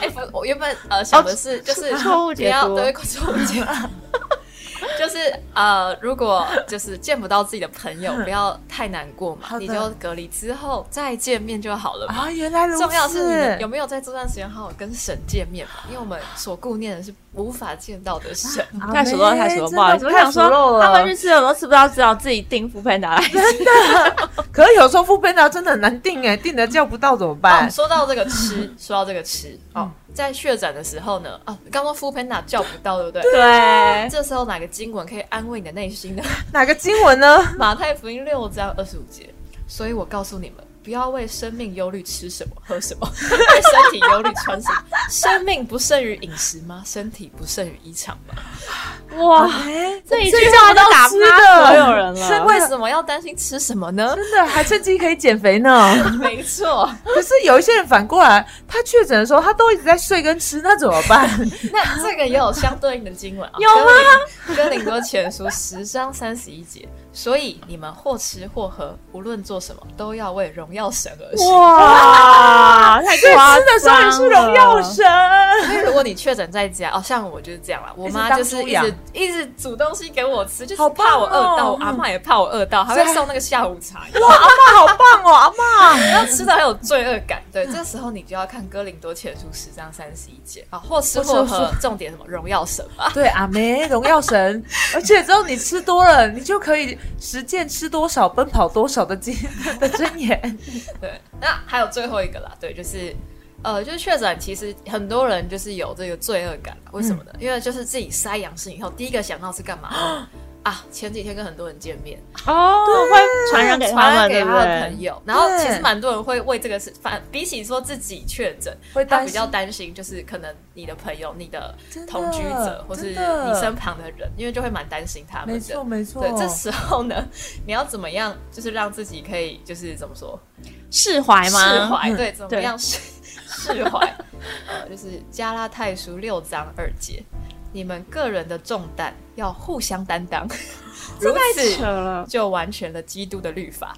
[SPEAKER 2] 哎、不，我原本呃想的是，就是
[SPEAKER 3] 错误
[SPEAKER 2] 不
[SPEAKER 3] 解
[SPEAKER 2] 要
[SPEAKER 3] 读
[SPEAKER 2] 对，错误解读， 就是呃，如果就是见不到自己的朋友，不要太难过嘛
[SPEAKER 1] 好，的
[SPEAKER 2] 你就隔离之后再见面就好了嘛。
[SPEAKER 1] 啊，原来如此。
[SPEAKER 2] 重要是你们有没有在这段时间好好跟神见面嘛？因为我们所顾念的是无法见到的神。
[SPEAKER 1] 啊
[SPEAKER 3] 太熟肉了，太熟肉，不好意思，我
[SPEAKER 1] 真
[SPEAKER 3] 想
[SPEAKER 1] 的太熟肉
[SPEAKER 3] 说
[SPEAKER 1] 了
[SPEAKER 3] 他们去吃的都吃不到，只好自己订副配拿 来吃。
[SPEAKER 1] 可是有时候副班长真的很难定哎，定了叫不到怎么
[SPEAKER 2] 哦
[SPEAKER 1] 办，？
[SPEAKER 2] 说到这个吃，说到这个吃，哦，在确诊的时候呢，哦，刚刚 Food Panda 叫不到，对不对？
[SPEAKER 3] 对，
[SPEAKER 2] 这时候哪个经文可以安慰你的内心呢？
[SPEAKER 1] 哪个经文呢？
[SPEAKER 2] 马太福音六章二十五节，所以我告诉你们，不要为生命忧虑吃什么喝什 么，为身体忧虑穿什么。生命不胜于饮食吗？身体不胜于衣裳吗？
[SPEAKER 3] 哇，
[SPEAKER 1] 哎，
[SPEAKER 3] 啊这一句话就打
[SPEAKER 1] 吃的
[SPEAKER 3] 发所有人
[SPEAKER 2] 是
[SPEAKER 3] 了。
[SPEAKER 2] 为什么要担心吃什么呢？
[SPEAKER 1] 真的还趁机可以减肥呢。
[SPEAKER 2] 没错，
[SPEAKER 1] 可是有一些人反过来，他确诊的时候，他都一直在睡跟吃，那怎么办？
[SPEAKER 2] 那这个也有相对应的经 文啊，
[SPEAKER 3] 有吗
[SPEAKER 2] 哥林？哥林多前书十章三十一节，所以你们或吃或喝，无论做什么，都要为荣耀神而生。
[SPEAKER 3] 哇，太
[SPEAKER 1] 所以
[SPEAKER 3] 夸
[SPEAKER 1] 吃的时候也是荣耀
[SPEAKER 3] 张了
[SPEAKER 1] 神。
[SPEAKER 2] 因为如果你确诊在家，哦，像我就是这样啦，我妈就是一
[SPEAKER 1] 一直当
[SPEAKER 2] 直一直煮东西给我吃，就是
[SPEAKER 1] 好棒
[SPEAKER 2] 怕我饿到，
[SPEAKER 1] 哦
[SPEAKER 2] 我阿妈也怕我饿到，还
[SPEAKER 1] 所
[SPEAKER 2] 会
[SPEAKER 1] 以
[SPEAKER 2] 送那个下午茶，
[SPEAKER 1] 哇，阿妈好棒哦，阿妈。
[SPEAKER 2] 然后吃的很有罪恶感。对，这时候你就要看哥林多前书十章三十一节啊，或吃或
[SPEAKER 1] 或吃或
[SPEAKER 2] 喝，重点什么荣耀神吧。
[SPEAKER 1] 对，阿梅荣耀神，而且之后你吃多了，你就可以实践吃多少奔跑多少的经的箴言。
[SPEAKER 2] 对，那还有最后一个啦，对，就是。呃，就是确诊，其实很多
[SPEAKER 1] 嗯
[SPEAKER 2] 人就是有这个罪恶感，为什么呢？因为就是自己筛阳性以后，第一个想到是干嘛？啊，前几天跟很多人见面，
[SPEAKER 3] 哦，会传染给他
[SPEAKER 2] 传染
[SPEAKER 3] 们，
[SPEAKER 2] 给
[SPEAKER 3] 对不
[SPEAKER 2] 他的
[SPEAKER 3] 对
[SPEAKER 2] 朋？友，哎然后
[SPEAKER 1] 对
[SPEAKER 2] 其实蛮多人会为这个事，反比起说自己确诊，
[SPEAKER 1] 会
[SPEAKER 2] 他
[SPEAKER 1] 担
[SPEAKER 2] 比
[SPEAKER 1] 心
[SPEAKER 2] 较担心，就是可能你的朋友、你的
[SPEAKER 1] 真的
[SPEAKER 2] 同居者，或
[SPEAKER 1] 真
[SPEAKER 2] 是
[SPEAKER 1] 的
[SPEAKER 2] 你身旁的人，因为就会蛮担心他
[SPEAKER 1] 没
[SPEAKER 2] 们的
[SPEAKER 1] 错。没错，
[SPEAKER 2] 对，这时候呢，你要怎么样，就是让自己可以，就是怎么说，
[SPEAKER 3] 释怀
[SPEAKER 2] 释
[SPEAKER 3] 吗？
[SPEAKER 2] 怀，
[SPEAKER 1] 嗯
[SPEAKER 2] 对，怎么样释 释怀？呃，就是加拉太书六章二节，你们个人的重担要互相担当， 如
[SPEAKER 3] 扯
[SPEAKER 2] 此
[SPEAKER 3] 了，
[SPEAKER 2] 就完全了基督的律法。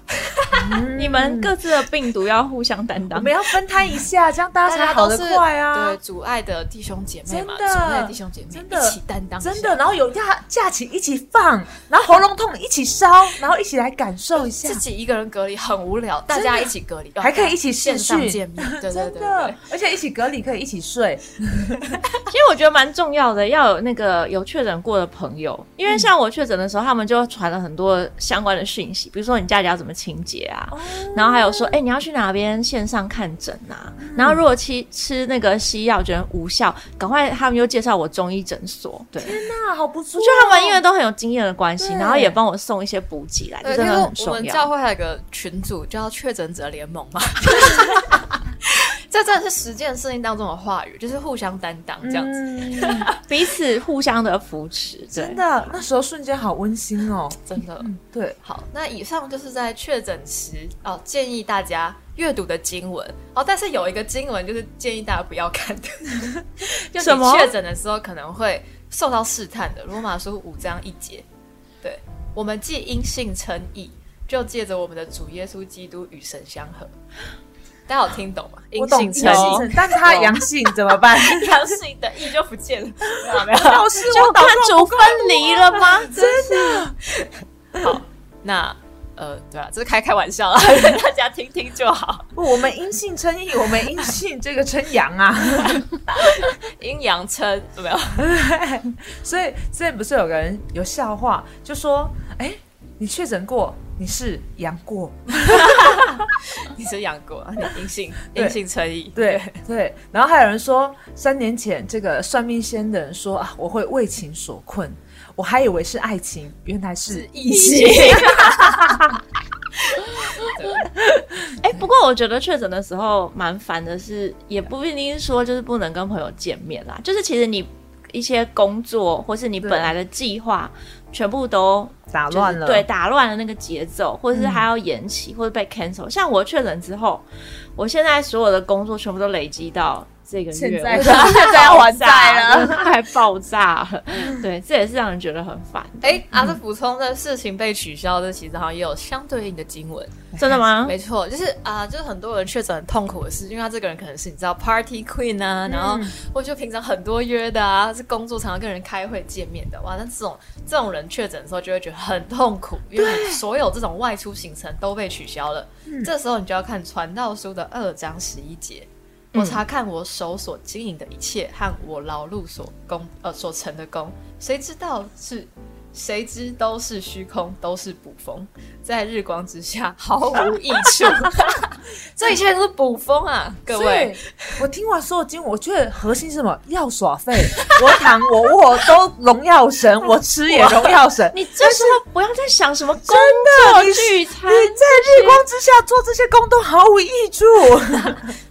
[SPEAKER 1] 嗯
[SPEAKER 3] 你们各自的病毒要互相担
[SPEAKER 1] 我
[SPEAKER 3] 当。
[SPEAKER 1] 们要分摊一下，这样大家才好得快啊
[SPEAKER 2] 对，。主爱的弟兄姐妹嘛，主
[SPEAKER 1] 真的
[SPEAKER 2] 内的弟兄姐妹
[SPEAKER 1] 真的
[SPEAKER 2] 一起担当一下，
[SPEAKER 1] 真的，然后有假假期一起放，然后喉咙痛一起烧，然后一起来感受一下
[SPEAKER 2] 自，己一个人隔离很无聊，大
[SPEAKER 1] 的
[SPEAKER 2] 家一起隔离，
[SPEAKER 1] 还可以一起
[SPEAKER 2] 起线
[SPEAKER 1] 视
[SPEAKER 2] 上
[SPEAKER 1] 讯，
[SPEAKER 2] 见面，对 对
[SPEAKER 1] 真
[SPEAKER 2] 对
[SPEAKER 1] 的
[SPEAKER 2] 对。，
[SPEAKER 1] 而且一起隔离可以一起睡，
[SPEAKER 3] 其实我觉得蛮重要的，要有那个有确诊过的朋友，因
[SPEAKER 1] 嗯
[SPEAKER 3] 为像我确诊的时候，他们就传了很多相关的讯息，比如说你家里要怎么清洁啊，
[SPEAKER 1] 哦
[SPEAKER 3] 然后还有说，哎、你要去哪边线上看诊啊，然后如果吃吃那个西药觉得无效，赶快他们又介绍我中医诊所，对，我
[SPEAKER 1] 那好不错。哦
[SPEAKER 3] 觉得他们因为都很有经验的关系，
[SPEAKER 1] 对
[SPEAKER 3] 然后也帮我送一些补给来，这
[SPEAKER 2] 对，
[SPEAKER 3] 真的很
[SPEAKER 2] 就是我
[SPEAKER 3] 重
[SPEAKER 2] 们
[SPEAKER 3] 要
[SPEAKER 2] 教。会还有一个群组叫确诊者联盟 嘛，这真的是实践事情当中的话语，就是互相担
[SPEAKER 1] 嗯
[SPEAKER 2] 当这样子，
[SPEAKER 1] 子，
[SPEAKER 3] 彼此互相的扶持，对
[SPEAKER 1] 真的，那时候瞬间好温馨哦。
[SPEAKER 2] 真的。
[SPEAKER 1] 对，
[SPEAKER 2] 好，那以上就是在确诊时哦，建议大家阅读的经文哦，但是有一个经文就是建议大家不要看的， 就
[SPEAKER 3] 什
[SPEAKER 2] 你
[SPEAKER 3] 么
[SPEAKER 2] 确诊的时候可能会受到试探的。罗马书五章一节，对我们既因信称义，就借着我们的主耶稣基督与神相合。大家有听懂吗？
[SPEAKER 1] 我
[SPEAKER 2] 因
[SPEAKER 1] 懂
[SPEAKER 2] 信称义，
[SPEAKER 1] 阴性但他阳性怎么 办？
[SPEAKER 2] 阳性的义就不见了。
[SPEAKER 1] 老师，
[SPEAKER 3] 就
[SPEAKER 1] 我
[SPEAKER 3] 跟
[SPEAKER 1] 祷
[SPEAKER 3] 主分离了吗？
[SPEAKER 2] 那呃，对啊，这是开开玩 笑啦，大家听听就好。
[SPEAKER 1] 告，我们阴性称义，我们阴性这个称阳啊。
[SPEAKER 2] 阴阳称有没有？
[SPEAKER 1] 所以之前不是有个人有笑话，就说：“哎、你确诊过，你是阳过。
[SPEAKER 2] 你是杨过啊，你阴性
[SPEAKER 1] 对
[SPEAKER 2] 阴性成瘾，
[SPEAKER 1] 对”对然后还有人说，三年前这个算命仙的人说啊，我会为情所困，我还以为是爱情，原来是
[SPEAKER 2] 是疫 情。
[SPEAKER 3] 哎、不过我觉得确诊的时候蛮烦的是，也不一定是说就是不能跟朋友见面啦，就是其实你一些工作或是你
[SPEAKER 1] 对
[SPEAKER 3] 本来的计划，全部都
[SPEAKER 1] 打
[SPEAKER 3] 就是
[SPEAKER 1] 乱了。
[SPEAKER 3] 对，打乱了那个节奏，或者是还要延期，或者被 cancel。像我确诊之后，我现在所有的工作全部都累积到。这个月
[SPEAKER 1] 现在
[SPEAKER 3] 我觉得
[SPEAKER 1] 现在要还 债了嗯
[SPEAKER 3] 真的快爆炸了。对，这也是让人觉得很烦。
[SPEAKER 2] 哎，啊，这补充的事情被取消，这其实好像也有相对应的经文。
[SPEAKER 3] 真的
[SPEAKER 1] 嗯
[SPEAKER 3] 吗？
[SPEAKER 2] 没错，就是啊、就是很多人确诊很痛苦的事，因为他这个人可能是你知道 party queen 啊，然后或者就平常很多约的啊，是工作常常跟人开会见面的，哇，那这种这种人确诊的时候就会觉得很痛苦，因为所有这种外出行程都被取消了。这时候你就要看传道书的二章十一节。我查看我手所经营的一切和我劳碌所功呃所成的功，谁知道是谁知都是虚空，都是捕风，在日光之下毫无益处。 这一切都是捕风啊，各位。，
[SPEAKER 1] 我听完所有经文，我觉得核心是什么？要耍废，我躺我卧都荣耀神，我吃也荣耀 神。
[SPEAKER 3] 你这时候不要再想什么工
[SPEAKER 1] 真
[SPEAKER 3] 作
[SPEAKER 1] 的你
[SPEAKER 3] 聚餐，
[SPEAKER 1] 你在日光之下做这些工都毫无益处。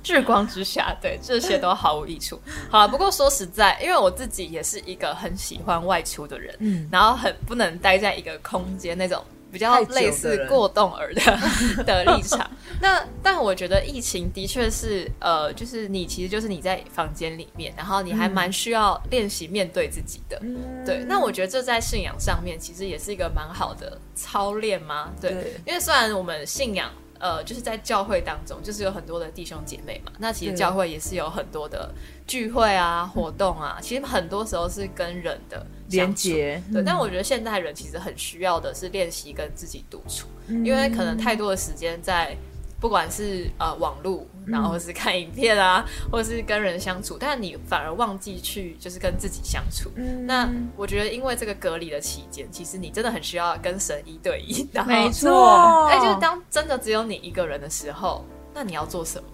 [SPEAKER 2] 日光之下，对这些都毫无益处。好了，不过说实在，因为我自己也是一个很喜欢外出的人，
[SPEAKER 1] 嗯
[SPEAKER 2] 然后很不能待在一个空间那种比较
[SPEAKER 1] 太久的
[SPEAKER 2] 类似
[SPEAKER 1] 人
[SPEAKER 2] 过动儿的 的立场。那但我觉得疫情的确是，呃，就是你其实就是你在房间里面，然后你还蛮需要练习面对自己的。对，那我觉得这在信仰上面其实也是一个蛮好的操练嘛。对，
[SPEAKER 1] 对
[SPEAKER 2] 因为虽然我们信仰，呃，就是在教会当中，就是有很多的弟兄姐妹嘛，那其实
[SPEAKER 1] 对
[SPEAKER 2] 教会也是有很多的聚会啊、活动啊，其实很多时候是跟人的
[SPEAKER 1] 连
[SPEAKER 2] 相处。
[SPEAKER 1] 接，嗯
[SPEAKER 2] 对，但我觉得现代人其实很需要的是练习跟自己独处，
[SPEAKER 1] 嗯
[SPEAKER 2] 因为可能太多的时间在，不管是呃网络，然
[SPEAKER 1] 嗯
[SPEAKER 2] 后是看影片啊，或是跟人相处，但你反而忘记去就是跟自己相处。
[SPEAKER 1] 嗯
[SPEAKER 2] 那我觉得，因为这个隔离的期间，其实你真的很需要跟神一对一，然后
[SPEAKER 3] 没
[SPEAKER 1] 错，
[SPEAKER 2] 哎哎，就是当真的只有你一个人的时候，那你要做什么？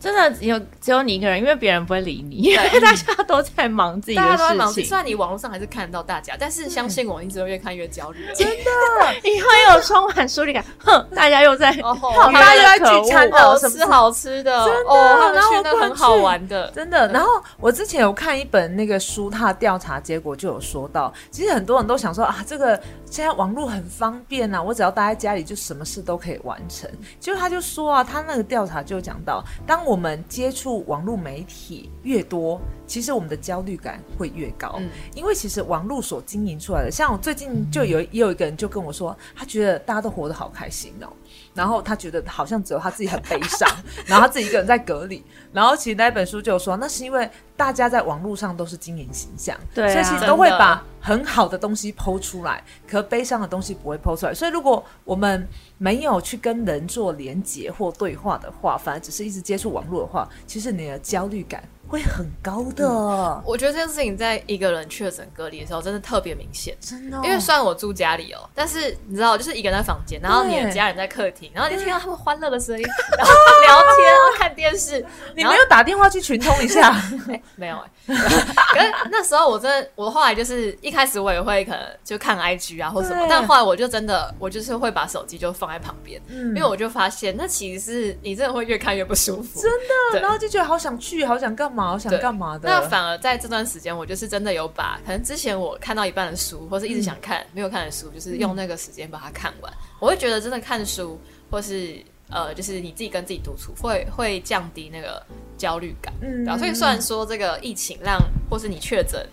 [SPEAKER 3] 真的有只有你一个人，因为别人不会理你，因为
[SPEAKER 2] 对
[SPEAKER 3] 大家都在忙自己
[SPEAKER 2] 大家
[SPEAKER 3] 的
[SPEAKER 2] 都在忙，
[SPEAKER 3] 事
[SPEAKER 2] 虽
[SPEAKER 3] 情。
[SPEAKER 2] 然你网络上还是看得到大家，但是相信我，你只会越看越焦 虑。真的，
[SPEAKER 3] 你会有充满疏离感，哼，大家又在
[SPEAKER 2] 哦吼，
[SPEAKER 1] 好
[SPEAKER 3] 大
[SPEAKER 1] 大家
[SPEAKER 3] 家又
[SPEAKER 1] 又
[SPEAKER 3] 在
[SPEAKER 1] 在
[SPEAKER 3] 聚
[SPEAKER 1] 聚
[SPEAKER 3] 餐
[SPEAKER 1] 餐
[SPEAKER 3] 了
[SPEAKER 1] 了，
[SPEAKER 2] 哦，
[SPEAKER 1] 什
[SPEAKER 2] 吃好吃的，
[SPEAKER 1] 真的啊
[SPEAKER 2] 哦，他们
[SPEAKER 1] 然后
[SPEAKER 2] 去那
[SPEAKER 1] 我
[SPEAKER 2] 很
[SPEAKER 1] 过
[SPEAKER 2] 好
[SPEAKER 1] 去
[SPEAKER 2] 玩的，
[SPEAKER 1] 真的，然后我之前有看一本那个书，它的调查结果就有说到，其实很多人都想说啊，这个现在网络很方便啊，我只要待在家里就什么事都可以完成。结果他就说啊，他那个调查就讲到，当我们接触网络媒体越多，其实我们的焦虑感会越高，
[SPEAKER 2] 嗯
[SPEAKER 1] 因为其实网络所经营出来的，像我最近就有也有一个人就跟我说，他觉得大家都活得好开心哦。然后他觉得好像只有他自己很悲伤， 然后他自己一个人在隔离。然后其实那本书就有说，那是因为大家在网络上都是经营形象，
[SPEAKER 3] 对啊
[SPEAKER 1] 所以其实都会把很好的东西剖出来，可悲伤的东西不会剖出来。所以如果我们没有去跟人做连结或对话的话，反而只是一直接触网络的话，其实你的焦虑感会很高的，
[SPEAKER 2] 我觉得这件事情在一个人确诊隔离的时候，真的特别明显。
[SPEAKER 1] 真的哦、
[SPEAKER 2] 因为虽然我住家里哦，但是你知道，就是一个人在房间，然后你的家人在客厅，然后你听到他们欢乐的声音，然后聊天，然后看电视，
[SPEAKER 1] 你
[SPEAKER 2] 然后
[SPEAKER 1] 没有打电话去群通一 下，
[SPEAKER 2] 哎，没有哎、可是那时候我真的，我后来就是一开始我也会可能就看 IG 啊或什么，
[SPEAKER 1] 对
[SPEAKER 2] 但后来我就真的我就是会把手机就放在旁边，
[SPEAKER 1] 嗯
[SPEAKER 2] 因为我就发现那其实是你真的会越看越不舒服，
[SPEAKER 1] 真
[SPEAKER 2] 对
[SPEAKER 1] 然后就觉得好想去，好想干嘛，好想
[SPEAKER 2] 对
[SPEAKER 1] 干嘛的。
[SPEAKER 2] 那反而在这段时间，我就是真的有把可能之前我看到一半的书，或是一直想看、没有看的书，就是用那个时间把它看
[SPEAKER 1] 嗯
[SPEAKER 2] 完。我会觉得真的看书，或是呃，就是你自己跟自己独处，会会降低那个焦虑感。
[SPEAKER 1] 嗯
[SPEAKER 2] 对啊，所以虽然说这个疫情让或是你确诊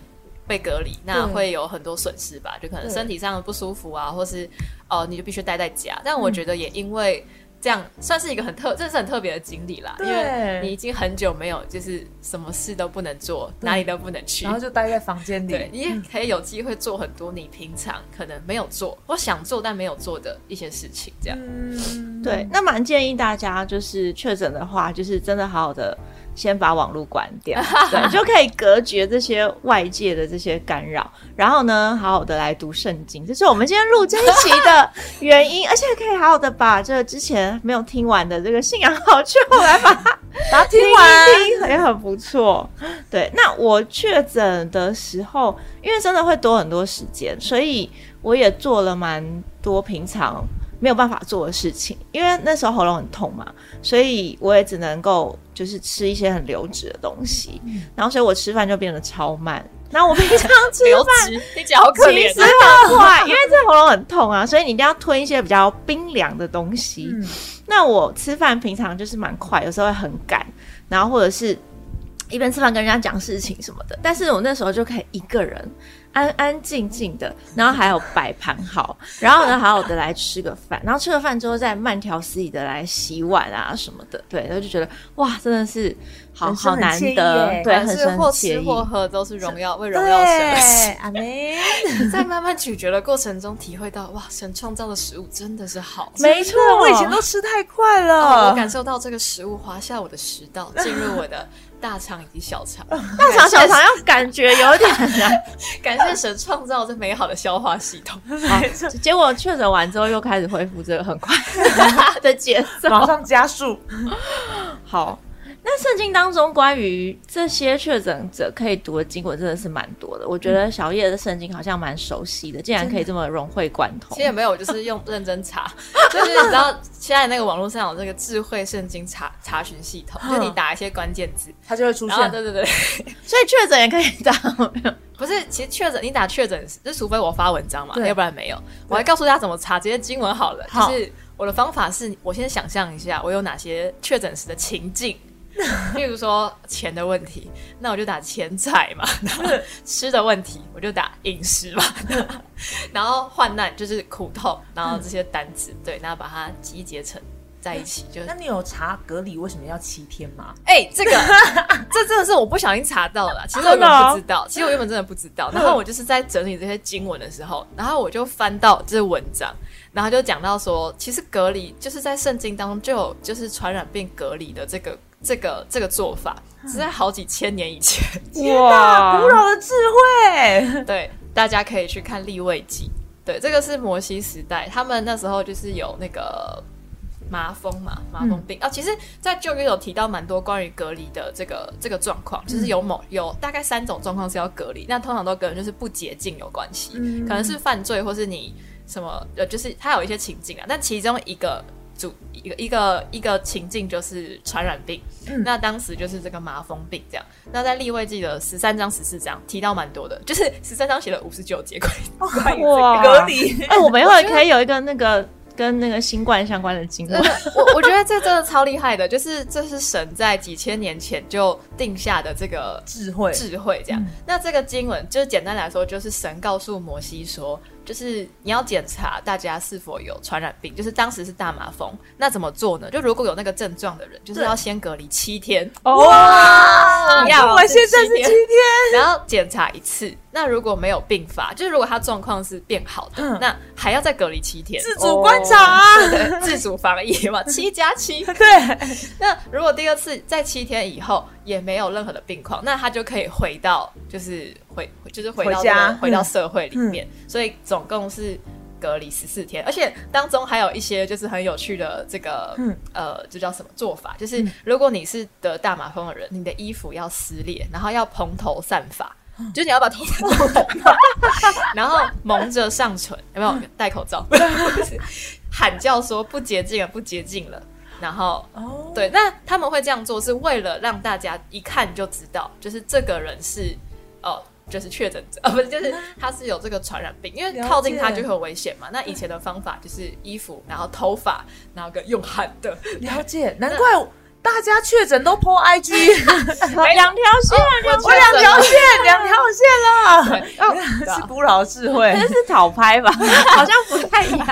[SPEAKER 2] 被隔离，那
[SPEAKER 1] 对
[SPEAKER 2] 会有很多损失吧，就可能
[SPEAKER 1] 对
[SPEAKER 2] 身体上的不舒服啊，或是呃你就必须待在家。
[SPEAKER 1] 嗯
[SPEAKER 2] 但我觉得也因为这样，算是一个很特，这是很特别的经历啦，因
[SPEAKER 1] 对
[SPEAKER 2] 为你已经很久没有就是什么事都不能做，哪里都不能去
[SPEAKER 1] 然。后就嗯待在房间
[SPEAKER 2] 对
[SPEAKER 1] 里，
[SPEAKER 2] 你也可以有机会做很多你平常可能没有做或想做但没有做的一些事情，这样。
[SPEAKER 1] 嗯，
[SPEAKER 3] 对，那蛮建议大家，就是确诊的话，就是真的好好的先把网络关掉，对，就可以隔绝这些外界的这些干扰。然后呢，好好的来读圣经，这是我们今天录这一期的原因，而且可以好好的把这之前没有听完的这个信仰好处来把它
[SPEAKER 1] 然后听
[SPEAKER 3] 听
[SPEAKER 1] 完，
[SPEAKER 3] 一听也很不错。对，那我确诊的时候，因为真的会多很多时间，所以我也做了蛮多平常没有办法做的事情。因为那时候喉咙很痛嘛，所以我也只能够就是吃一些很流质的东西，
[SPEAKER 2] 嗯
[SPEAKER 3] 然后所以我吃饭就变得超慢。然后我平 常吃
[SPEAKER 2] 流质，听起来好可
[SPEAKER 3] 其
[SPEAKER 2] 怜
[SPEAKER 3] 实
[SPEAKER 2] 啊。
[SPEAKER 3] 很快，因为这喉咙很痛啊，所以你一定要吞一些比较冰凉的东西。
[SPEAKER 1] 嗯
[SPEAKER 3] 那我吃饭平常就是蛮快，有时候会很赶，然后或者是一边吃饭跟人家讲事情什么的。但是我那时候就可以一个人安安静静的，然后还有摆盘好，然后呢好好的来吃个饭，然后吃了饭之后再慢条斯理的来洗碗啊什么的。对，然后就觉得哇，真的是好
[SPEAKER 1] 人生
[SPEAKER 3] 好
[SPEAKER 1] 很
[SPEAKER 3] 难
[SPEAKER 1] 惬意
[SPEAKER 3] 得
[SPEAKER 1] 耶，
[SPEAKER 3] 对，
[SPEAKER 2] 凡
[SPEAKER 3] 很
[SPEAKER 2] 是
[SPEAKER 3] 生
[SPEAKER 2] 或
[SPEAKER 3] 惬
[SPEAKER 2] 吃
[SPEAKER 3] 意。
[SPEAKER 2] 或喝都是荣耀，为荣耀生死
[SPEAKER 1] 对，。阿梅，
[SPEAKER 2] 在慢慢咀嚼的过程中，体会到哇，神创造的食物真的 是好。
[SPEAKER 3] 没错，
[SPEAKER 1] 我以前都吃太快
[SPEAKER 2] 哦
[SPEAKER 1] 了，
[SPEAKER 2] 我感受到这个食物滑下我的食 道，进入我的大肠以及小肠。
[SPEAKER 3] 大肠小肠要感觉有点 难。
[SPEAKER 2] 感谢神创造这美好的消化系 统。
[SPEAKER 3] 结果确诊完之后又开始恢复这个很 快的节奏。
[SPEAKER 1] 马上加速，
[SPEAKER 3] 好，那圣经当中关于这些确诊者可以读的经文真的是蛮多的。我觉得小叶的圣经好像蛮熟悉的，竟然可以这么融会贯通
[SPEAKER 2] 其实。也没有，我就是用认真查， 就是你知道现在那个网络上有这个智慧圣经查查询系 统，就你打一些关键字，
[SPEAKER 1] 它就会出
[SPEAKER 2] 然后
[SPEAKER 1] 现。
[SPEAKER 2] 对对对，
[SPEAKER 3] 所以确诊也可以打，没有
[SPEAKER 2] 不是，其实确诊你打确诊，就除非我发文章嘛，
[SPEAKER 1] 对
[SPEAKER 2] 要不然没有。我还告诉大家怎么查这些经文好了，
[SPEAKER 3] 好
[SPEAKER 2] 就是我的方法是，我先想象一下我有哪些确诊时的情境，例如说钱的问题，那我就打钱 财嘛；然后吃的问题，我就打饮食嘛；然后患难就是苦痛，然后这些单词，对，然后把它集结成在一起，就是
[SPEAKER 1] 那你有查隔离为什么要七天吗？
[SPEAKER 2] 哎、这个这真的是我不小心查到了，其实我原
[SPEAKER 3] 真的
[SPEAKER 2] 本
[SPEAKER 3] 哦
[SPEAKER 2] 不知道，其实我原本真的不知道。然后我就是在整理这些经文的时候，然后我就翻到这文章，然后就讲到说，其实隔离就是在圣经当中就有就是传染病隔离的这个这个这个做法，是在好几千年以前。
[SPEAKER 1] 哇，古老的智 慧，
[SPEAKER 2] 对，大家可以去看《立位记》。对，这个是摩西时代，他们那时候就是有那个麻风嘛，麻风病啊、哦。其实，在旧约有提到蛮多关于隔离的这个这个状况，就是有某有大概三种状况是要隔离，那通常都跟就是不洁净有关系，可能是犯罪或是你什么呃，就是它有一些情境啊，但其中一个。主一个一个一个情境就是传染病，那当时就是这个麻风病这样。那在立位记的十三章、十四章提到蛮多的，就是十三章写了五十九节关于关于这个
[SPEAKER 3] 哇
[SPEAKER 1] 隔离，
[SPEAKER 3] 哎、我们以后也可以有一个那个跟那个新冠相关的经
[SPEAKER 2] 真
[SPEAKER 3] 文
[SPEAKER 2] 的，我我觉得这真的超厉害的，就是这是神在几千年前就定下的这个
[SPEAKER 1] 智慧
[SPEAKER 2] 智慧这样。
[SPEAKER 1] 嗯
[SPEAKER 2] 那这个经文就是简单来说，就是神告诉摩西说，就是你要检查大家是否有传染病，就是当时是大麻风，那怎么做呢？就如果有那个症状的人，就是要先隔离七天，
[SPEAKER 3] 哦
[SPEAKER 1] 哇
[SPEAKER 2] 一样
[SPEAKER 1] 我们现在是
[SPEAKER 2] 是七
[SPEAKER 1] 七
[SPEAKER 2] 天
[SPEAKER 1] 天，
[SPEAKER 2] 然后检查一次。那如果没有病发，就是如果他状况是变好的，
[SPEAKER 1] 嗯
[SPEAKER 2] 那还要再隔离七天，哦
[SPEAKER 1] 自主观察啊，
[SPEAKER 2] 对自主防疫嘛，七加七。
[SPEAKER 1] 对，
[SPEAKER 2] 那如果第二次在七天以后也没有任何的病况，那他就可以回到就是回就是回到
[SPEAKER 1] 回家嗯
[SPEAKER 2] 这个回到社会里面，所以总共是。隔离十四天，而且当中还有一些就是很有趣的这个、
[SPEAKER 1] 嗯
[SPEAKER 2] 呃，这叫什么做法？就是如果你是得大麻风的人，你的衣服要撕裂，然后要蓬头散发，
[SPEAKER 1] 嗯
[SPEAKER 2] 就是你要把头发 弄完，然后蒙着上唇，有没有戴口罩？ 喊叫说不洁净了，不洁净了，然后
[SPEAKER 1] 哦，
[SPEAKER 2] 对，那他们会这样做是为了让大家一看就知道，就是这个人是哦，就是确诊者，呃， 不是，就是他是有这个传染病，因为
[SPEAKER 1] 了
[SPEAKER 2] 靠近
[SPEAKER 1] 解
[SPEAKER 2] 他就会有危险嘛。那以前的方法就是衣服，然后头发，然后跟用喊的，
[SPEAKER 1] 了解，难怪大家确诊都 po IG，
[SPEAKER 3] 两条线，两
[SPEAKER 1] 我两条线，两条线啦。
[SPEAKER 2] 哦，对啊
[SPEAKER 1] 是古老智慧
[SPEAKER 3] 这，是讨拍吧？好像不太一样。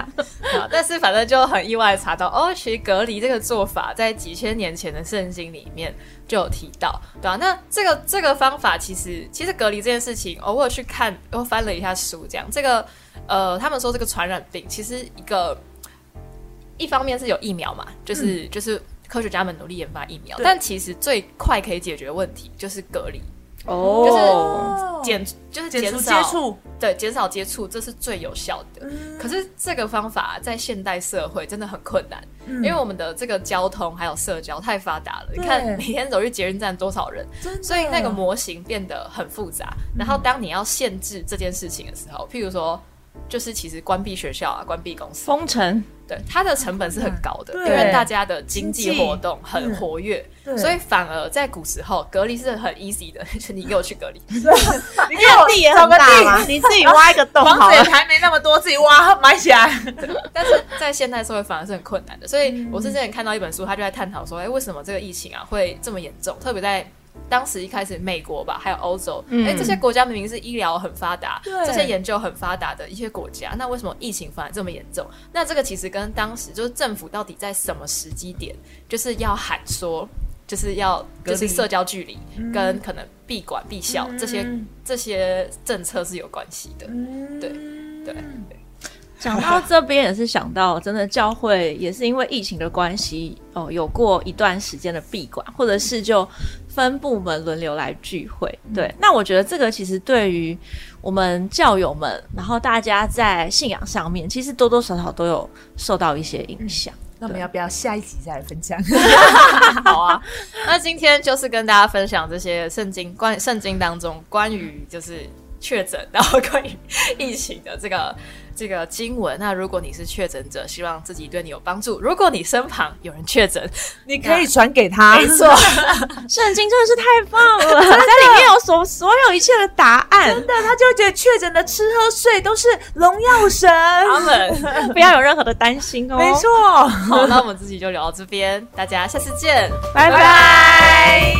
[SPEAKER 2] 好但是反正就很意外地查到，哦，其实隔离这个做法在几千年前的圣经里面就有提到，对啊，那这个这个方法其实其实隔离这件事情，偶尔去看，我翻了一下书，这样这个呃，他们说这个传染病其实一个一方面是有疫苗嘛，就是、就是科学家们努力研发疫苗，
[SPEAKER 1] 嗯对
[SPEAKER 2] 但其实最快可以解决问题就是隔离，
[SPEAKER 3] 哦，
[SPEAKER 2] 减就是
[SPEAKER 1] 减
[SPEAKER 2] 减
[SPEAKER 1] 除
[SPEAKER 2] 少
[SPEAKER 1] 接触，
[SPEAKER 2] 对，减少接触，这是最有效的。
[SPEAKER 1] 嗯
[SPEAKER 2] 可是这个方法在现代社会真的很困难，
[SPEAKER 1] 嗯
[SPEAKER 2] 因为我们的这个交通还有社交太发达了。你
[SPEAKER 1] 对
[SPEAKER 2] 看每天走去捷运站多少人，
[SPEAKER 1] 真的
[SPEAKER 2] 所以那个模型变得很复杂。
[SPEAKER 1] 嗯
[SPEAKER 2] 然后当你要限制这件事情的时候，譬如说，就是其实关闭学校啊，关闭公司，
[SPEAKER 3] 封城，
[SPEAKER 2] 对它的成本是很高的，
[SPEAKER 1] 哦对
[SPEAKER 2] 因为大家的经济
[SPEAKER 1] 经济
[SPEAKER 2] 活动很活跃，
[SPEAKER 1] 对
[SPEAKER 2] 所以反而在古时候隔离是很 easy 的，就是你给我去隔离。
[SPEAKER 1] 你给我
[SPEAKER 3] 地也
[SPEAKER 1] 找
[SPEAKER 3] 很
[SPEAKER 1] 个
[SPEAKER 3] 大
[SPEAKER 1] 地，
[SPEAKER 3] 嘛，你自己挖一个洞
[SPEAKER 1] 房
[SPEAKER 3] 好
[SPEAKER 1] 子也
[SPEAKER 3] 了。
[SPEAKER 1] 还没那么多，自己挖埋起来。
[SPEAKER 2] 但是在现代社会反而是很困难的。所以
[SPEAKER 1] 嗯
[SPEAKER 2] 我是之前看到一本书，他就在探讨说，哎、为什么这个疫情啊会这么严重？特别在当时一开始美国吧，还有欧洲，哎、
[SPEAKER 3] 嗯
[SPEAKER 2] 这些国家明明是医疗很发达，
[SPEAKER 1] 对
[SPEAKER 2] 这些研究很发达的一些国家，那为什么疫情反而这么严重？那这个其实跟当时就是政府到底在什么时机点，就是要喊说。就是要
[SPEAKER 1] 隔
[SPEAKER 2] 就
[SPEAKER 1] 离
[SPEAKER 2] 是社交距离跟可能闭馆闭校、这些
[SPEAKER 1] 嗯
[SPEAKER 2] 这些政策是有关系的。 对对，
[SPEAKER 3] 讲到这边也是想到，真的教会也是因为疫情的关系，哦，有过一段时间的闭馆，或者是就分部门轮流来聚会。
[SPEAKER 1] 嗯
[SPEAKER 3] 对，那我觉得这个其实对于我们教友们，然后大家在信仰上面，其实多多少少都有受到一些影响。
[SPEAKER 1] 那我们要不要下一集再来分享？
[SPEAKER 2] 好啊，那今天就是跟大家分享这些圣经关圣经当中关于就是确诊，然后关于疫情的这个这个经文。那如果你是确诊者，希望自己对你有帮助。如果你身旁有人确诊，
[SPEAKER 1] 你可以传给他，
[SPEAKER 2] 没 错，
[SPEAKER 1] 嗯
[SPEAKER 3] 圣经真的是太棒了，在里面有所所有一切的答 案，
[SPEAKER 1] 真的，他就会觉得确诊的吃喝睡都是荣耀神，
[SPEAKER 2] 他们。
[SPEAKER 3] 不要有任何的担心哦。
[SPEAKER 1] 没错。
[SPEAKER 2] 好，那我们自己就聊到这边，大家下次见，
[SPEAKER 3] 拜拜。